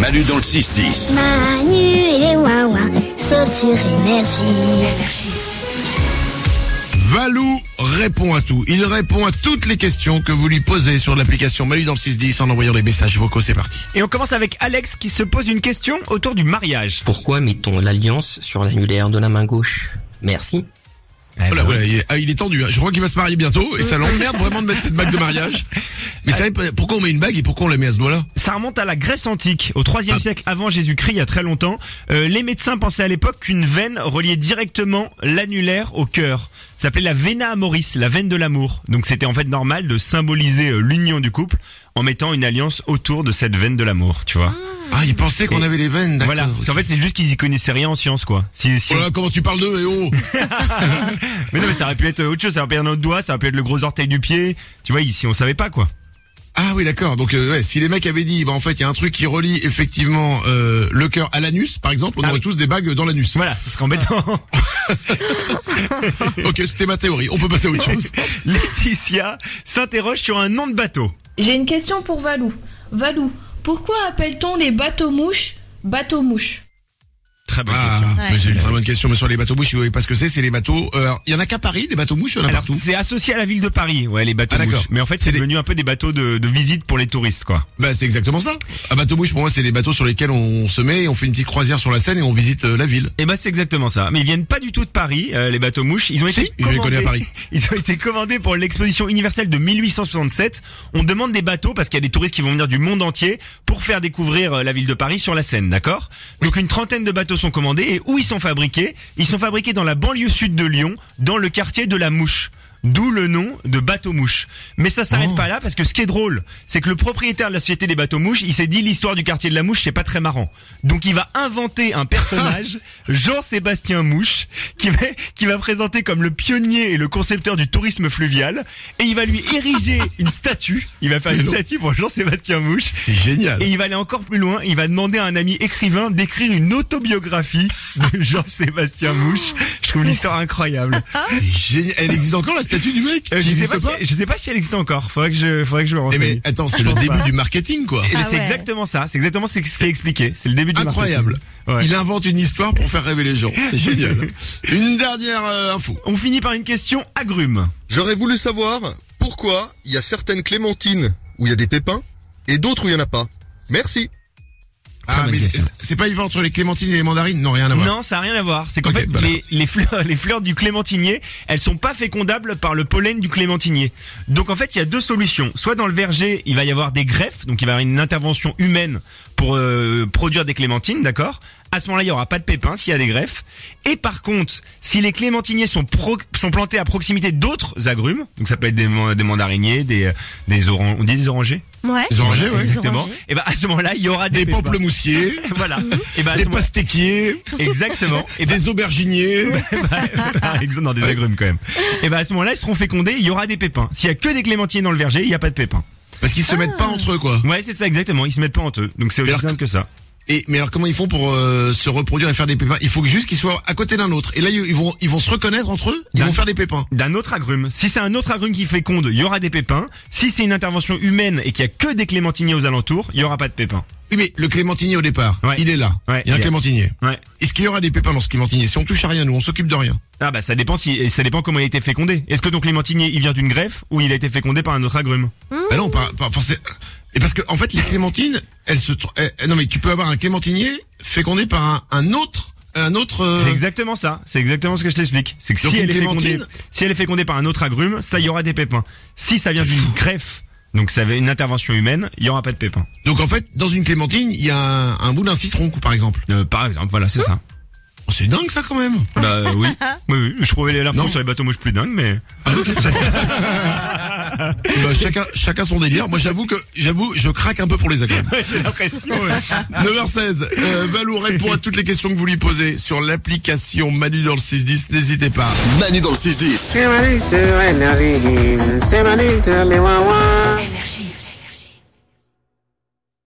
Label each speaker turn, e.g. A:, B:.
A: Manu dans le 6-10.
B: Manu et les Wawa, sauf sur énergie.
C: Valou répond à tout. Il répond à toutes les questions que vous lui posez sur l'application Manu dans le 610 en envoyant les messages vocaux. C'est parti.
D: Et on commence avec Alex qui se pose une question autour du mariage.
E: Pourquoi met-on l'alliance sur l'annulaire de la main gauche Merci.
C: Oh là, voilà, il est- ah, il est tendu. hein. Je crois qu'il va se marier bientôt et ça l'emmerde vraiment de mettre cette bague de mariage. Mais c'est vrai, pourquoi on met une bague et pourquoi on la met à ce doigt-là
D: Ça remonte à la Grèce antique, au 3
C: Ah.
D: siècle avant Jésus-Christ, il y a très longtemps. Euh, les médecins pensaient à l'époque qu'une veine reliait directement l'annulaire au cœur. Ça s'appelait la vena amoris, la veine de l'amour. Donc c'était en fait normal de symboliser euh, l'union du couple en mettant une alliance autour de cette veine de l'amour, tu vois.
C: Ah, il pensait qu'on
D: Et-
C: avait les veines, d'accord.
D: Voilà. En fait, c'est juste qu'ils y connaissaient rien en science, quoi. Si, si-
C: Oh là, comment tu parles d'eux et oh
D: Mais non, mais ça aurait pu être euh, autre chose. Ça aurait pu être notre doigt, ça aurait pu être le gros orteil du pied. Tu vois, ici, on savait pas, quoi.
C: Ah oui, d'accord. Donc euh, ouais, si les mecs avaient dit, bah en fait, il y a un truc qui relie effectivement euh, le cœur à l'anus, par exemple, on
D: Ah
C: aurait
D: oui.
C: tous des bagues dans l'anus.
D: Voilà, ce serait embêtant.
C: ok, c'était ma théorie. On peut passer à autre chose.
D: Laetitia s'interroge sur un nom de bateau.
F: J'ai une question pour Valou. Valou, pourquoi appelle-t-on les bateaux mouches bateaux mouches
D: Très bonne
C: Ah,
D: question.
C: mais c'est une très bonne question. Mais sur les bateaux mouches, si vous voyez pas ce que c'est, c'est les bateaux. euh, alors, Il y en a qu'à Paris, des bateaux mouches, il y en a
D: Alors,
C: partout.
D: c'est associé à la ville de Paris, ouais, les bateaux
C: Ah, d'accord.
D: mouches. Mais en fait,
C: C'est
D: c'est
C: des-
D: devenu un peu des bateaux de, de visite pour les touristes, quoi.
C: Bah c'est exactement ça. Un bateau mouche pour moi c'est les bateaux sur lesquels on se met, et on fait une petite croisière sur la Seine et on visite euh, la ville.
D: Et ben, c'est exactement ça. Mais ils viennent pas du tout de Paris, euh, les bateaux mouches. Ils ont
C: Si,
D: été
C: je les connais à
D: commandés-
C: Paris.
D: Ils ont été commandés pour l'exposition universelle de 1867. On demande des bateaux parce qu'il y a des touristes qui vont venir du monde entier pour faire découvrir euh, la ville de Paris sur la Seine, d'accord Donc une trentaine de bateaux sont commandés et où ils sont fabriqués Ils sont fabriqués dans la banlieue sud de Lyon, dans le quartier de la Mouche. D'où le nom de bateau mouche. Mais ça s'arrête
C: Oh.
D: pas là parce que ce qui est drôle, c'est que le propriétaire de la société des bateaux mouches, il s'est dit l'histoire du quartier de la mouche, c'est pas très marrant. Donc il va inventer un personnage, Jean-Sébastien Mouche, qui va, qui va présenter comme le pionnier et le concepteur du tourisme fluvial, et il va lui ériger une statue. Il va faire une statue pour Jean-Sébastien Mouche.
C: C'est génial.
D: Et il va aller encore plus loin, il va demander à un ami écrivain d'écrire une autobiographie de Jean-Sébastien Mouche. Je trouve l'histoire incroyable.
C: C'est génial. Elle existe encore la statue du mec Qui
D: Euh, je, sais
C: existe
D: pas si, je sais pas si elle existe encore. Faudrait que je, faudrait que je me
C: Eh,
D: renseigne.
C: mais attends, c'est
D: Je
C: le
D: pense
C: début
D: pas.
C: du marketing quoi.
D: Eh ben,
G: Ah
D: c'est
G: ouais.
D: exactement ça. C'est exactement ce qui est expliqué. C'est le début du
C: Incroyable.
D: marketing. Ouais.
C: Il invente une histoire pour faire rêver les gens. C'est génial. Une dernière euh, info.
D: On finit par une question agrume.
H: J'aurais voulu savoir pourquoi il y a certaines clémentines où il y a des pépins et d'autres où il n'y en a pas. Merci.
C: Ah
D: bonne
C: mais c'est
D: question.
C: c'est pas il va entre les clémentines et les mandarines Non, rien à voir.
D: Non, ça n'a rien à voir. C'est qu'en
C: Ok,
D: fait,
C: bah
D: les, les fleurs, les fleurs du clémentinier, elles sont pas fécondables par le pollen du clémentinier. Donc en fait, il y a deux solutions. Soit dans le verger, il va y avoir des greffes, donc il va y avoir une intervention humaine pour euh, produire des clémentines, d'accord À ce moment-là, il y aura pas de pépins s'il y a des greffes. Et par contre, si les clémentiniers sont, pro- sont plantés à proximité d'autres agrumes, donc ça peut être des, man- des mandariniers, des, euh, des oranges, on dit des orangers
G: Ouais.
C: Des orangers, ouais.
D: Exactement.
G: orangers.
D: Et ben à ce moment-là, il y aura des,
C: Des
D: pépins.
C: pamplemoussiers,
D: Voilà. Et ben à ce
C: des
D: moment-
C: pastéquiers,
D: exactement. Et ben-
C: des auberginiers.
D: par exemple dans des agrumes quand même. Et ben à ce moment-là, ils seront fécondés, il y aura des pépins. S'il y a que des clémentiers dans le verger, il n'y a pas de pépins.
C: Parce qu'ils se mettent pas entre eux quoi.
D: Ouais, c'est ça exactement, ils se mettent pas en eux. Donc c'est aussi
C: Alors-
D: simple que ça.
C: Et mais alors comment ils font pour euh, se reproduire et faire des pépins Il faut que juste qu'ils soient à côté d'un autre. Et là ils ils vont ils vont se reconnaître entre eux. Ils
D: D'un-
C: vont faire des pépins.
D: D'un autre agrume. Si c'est un autre agrume qui féconde, il y aura des pépins. Si c'est une intervention humaine et qu'il y a que des clémentiniers aux alentours, il y aura pas de pépins.
C: Oui mais le clémentinier au départ,
D: Ouais.
C: il est là.
D: Ouais,
C: il y a un
D: il est-
C: clémentinier.
D: Ouais.
C: Est-ce qu'il y aura des pépins dans ce clémentinier Si on touche à rien, nous on s'occupe de rien.
D: Ah bah ça dépend si et ça dépend comment il a été fécondé. Est-ce que ton clémentinier, il vient d'une greffe ou il a été fécondé par un autre agrume
C: Bah non, pas, pas forcément. Et parce que en fait les clémentines, elles se tr- eh, non mais tu peux avoir un clémentinier fécondé par un, un autre un autre. euh,
D: C'est exactement ça. C'est exactement ce que je t'explique. C'est que
C: Donc
D: si
C: une
D: elle, est fécondée,
C: clémentine
D: si elle est fécondée par un autre agrume, ça il y aura des pépins. Si ça vient d'une greffe, donc ça avait une intervention humaine, il y aura pas de pépins.
C: Donc en fait dans une clémentine, il y a un, un bout d'un citron par exemple.
D: Euh, par exemple, voilà, c'est ça.
C: Oh, c'est dingue ça quand même.
D: Bah euh, oui. oui, oui, je trouvais l'info
C: Non.
D: sur les bateaux mouches plus dingue, mais
C: Bah, chacun chacun son délire. Moi j'avoue que j'avoue je craque un peu pour les agrumes.
D: j'ai l'impression.
C: 9h16, euh, Valou répond à toutes les questions que vous lui posez sur l'application Manu dans le 610, n'hésitez pas.
A: Manu dans le 6-10.
I: C'est Manu sur énergie. C'est Manu de les Wawa.
G: Énergie.